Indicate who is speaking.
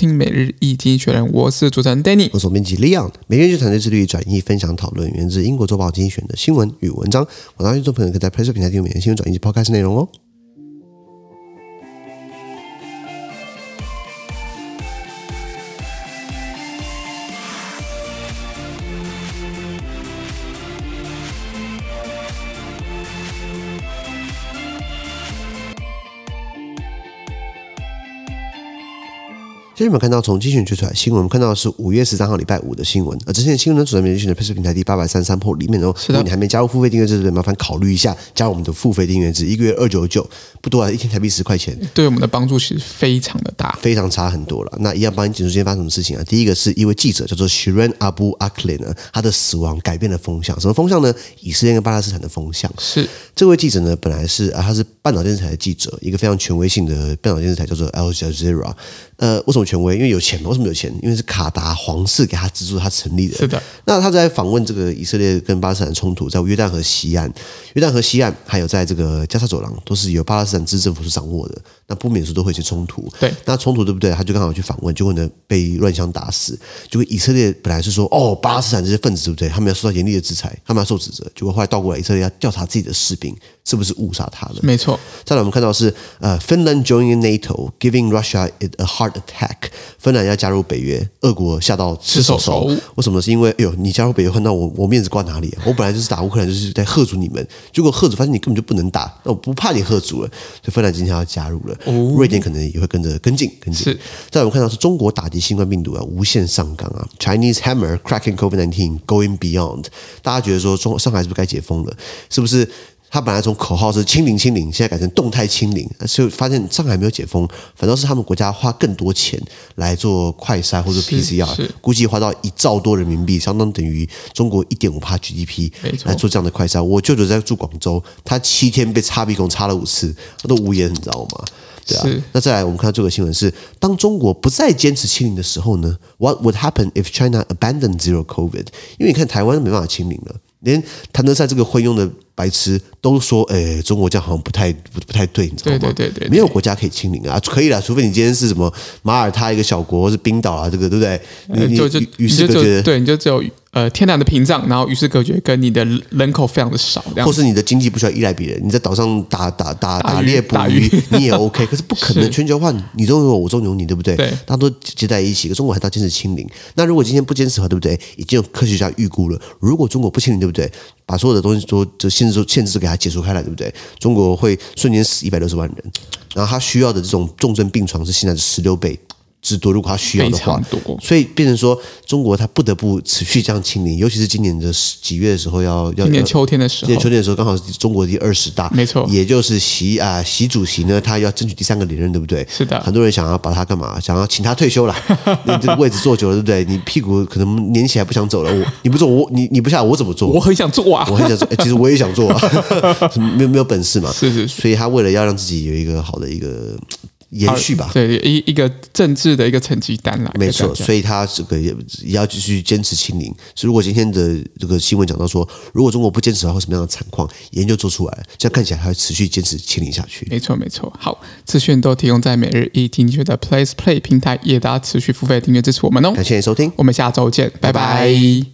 Speaker 1: 听每日易经学人，我是主持人 Danny。
Speaker 2: 我是总编辑 Leon，每天就团队致力于转译、分享、讨论源自英国《周报》精选的新闻与文章。广大听众朋友可以在 Press 平台订阅每天新闻转译及 Podcast 内容哦。现在有没有看到从精选推出来的新闻？我们看到的是五月十三号礼拜五的新闻，而之前的新闻呢，主持人编辑选的 Press 平台第八百三十三破里面哦。
Speaker 1: 是
Speaker 2: 如
Speaker 1: 的
Speaker 2: 果你还没加入付费订阅制的人，麻烦考虑一下加入我们的付费订阅制，一个月二九九，不多啊，一天台币十块钱。
Speaker 1: 对我们的帮助其实非常的大。
Speaker 2: 非常差很多了。那一样帮你解释今天发生什么事情啊？第一个是一位记者叫做 Shirin Abu Akleh 呢，他的死亡改变了风向。什么风向呢？以色列跟巴勒斯坦的风向。
Speaker 1: 是
Speaker 2: 这位记者呢，本来是啊，他是半岛电视台的记者，一个非常权威性的半岛电视台叫做 Al Jazeera。呃，为什么权威？因为有钱嘛。为什么有钱？因为是卡达皇室给他资助，他成立的。
Speaker 1: 是的，
Speaker 2: 那他在访问这个以色列跟巴勒斯坦的冲突，在约旦河西岸、约旦河西岸，还有在这个加沙走廊，都是由巴勒斯坦自治政府所掌握的，那不免说都会有一些冲突。
Speaker 1: 对
Speaker 2: 那冲突对不对？他就刚好去访问，结果呢被乱枪打死。结果以色列本来是说，哦，巴勒斯坦这些分子对不对？他们要受到严厉的制裁，他们要受指责。结果后来倒过来，以色列要调查自己的士兵是不是误杀他的。
Speaker 1: 没错，
Speaker 2: 再来，我们看到是呃，Finland joining NATO, giving Russia it a heart attack。芬兰要加入北约，俄国吓到吃手
Speaker 1: 吃手
Speaker 2: 手
Speaker 1: 手。
Speaker 2: 为什么？是因为哎呦，你加入北约，那我我面子挂哪里、啊我本来就是打乌克兰，就是在贺主你们，结果贺主发现你根本就不能打，那我不怕你贺主了，所以芬兰今天要加入了，瑞典可能也会跟着跟进跟进
Speaker 1: 哦是。
Speaker 2: 再来，我们看到是中国打击新冠病毒啊，无限上纲啊，Chinese hammer cracking COVID-19, going beyond。大家觉得说中上海是不是该解封了？是不是？他本来从口号是清零清零，现在改成动态清零，所以发现上海没有解封，反倒是他们国家花更多钱来做快筛或者
Speaker 1: 是
Speaker 2: PCR，
Speaker 1: 是
Speaker 2: 估计花到一兆多人民币，相当等于中国一点五帕 GDP
Speaker 1: 没错
Speaker 2: 来做这样的快筛。我舅舅在住广州，他七天被擦鼻孔擦了五次，他都无言，你知道吗？对
Speaker 1: 是
Speaker 2: 啊，那再来，我们看到这个新闻是：当中国不再坚持清零的时候呢，What would happen if China abandoned zero COVID？因为你看台湾没办法清零了，连谭德赛这个昏庸的白痴都说：“哎，中国这样好像不太不不太对，你知道吗？”
Speaker 1: 对对对对对
Speaker 2: 没有国家可以清零啊，可以啦，除非你今天是什么马耳他一个小国，或是冰岛啊，这个对不对？
Speaker 1: 呃
Speaker 2: 你
Speaker 1: 就就
Speaker 2: 你
Speaker 1: 你
Speaker 2: 与与世
Speaker 1: 就
Speaker 2: 隔
Speaker 1: 就
Speaker 2: 绝，
Speaker 1: 对，你就只有呃天然的屏障，然后与世隔绝，跟你的人口非常的少，这样
Speaker 2: 或
Speaker 1: 子
Speaker 2: 是你的经济不需要依赖别人，你在岛上打打打
Speaker 1: 打
Speaker 2: 打
Speaker 1: 鱼
Speaker 2: 猎捕
Speaker 1: 打
Speaker 2: 鱼
Speaker 1: 鱼，
Speaker 2: 你也 OK。可是不可 能
Speaker 1: 是
Speaker 2: 全球化，你中有我，我中有你，对不对？
Speaker 1: 对
Speaker 2: 大家都结在一起。可中国还到坚持清零。那如果今天不坚持的话，对不对？已经有科学家预估了，如果中国不清零，对不对？把所有的东西都就限制都限制都给它解除开来，对不对？中国会瞬间死一百六十万人，然后他需要的这种重症病床是现在的十六倍。之多，如果他需要
Speaker 1: 非
Speaker 2: 的话
Speaker 1: 常，多。
Speaker 2: 所以变成说，中国它不得不持续这样清零，尤其是今年的十几月的时候要，要
Speaker 1: 今年
Speaker 2: 要
Speaker 1: 秋天的时
Speaker 2: 呃今年
Speaker 1: 候
Speaker 2: 秋，天的时候，刚好是中国第二十大，
Speaker 1: 没错
Speaker 2: 也就是习啊、习主席呢，他要争取第三个连任，对不对？
Speaker 1: 是的
Speaker 2: 很多人想要把他干嘛？想要请他退休 啦，你这个位置坐久了，对不对？你屁股可能粘起来不想走了，我你不做我你你不下来我怎么做？
Speaker 1: 我很想做啊
Speaker 2: 我，很想做、哎其实我也想 做啊，没有没有本事嘛，
Speaker 1: 是是是
Speaker 2: 所以他为了要让自己有一个好的一个嗯延续 吧，
Speaker 1: 对一一个政治的一个成绩单啦，
Speaker 2: 啊没
Speaker 1: 可以
Speaker 2: 错，
Speaker 1: 这样
Speaker 2: 所以他这个也也要继续坚持清零。所以如果今天的这个新闻讲到说，如果中国不坚持的话，会什么样的惨况？研究做出来，这样看起来还会持续坚持清零下去
Speaker 1: 讲。没错没错。好，资讯都提供在每日一听学的 Place Play 平台，也大家持续付费订阅支持我们哦。
Speaker 2: 感谢你的收听。
Speaker 1: 我们下周见，拜
Speaker 2: 哎拜
Speaker 1: 拜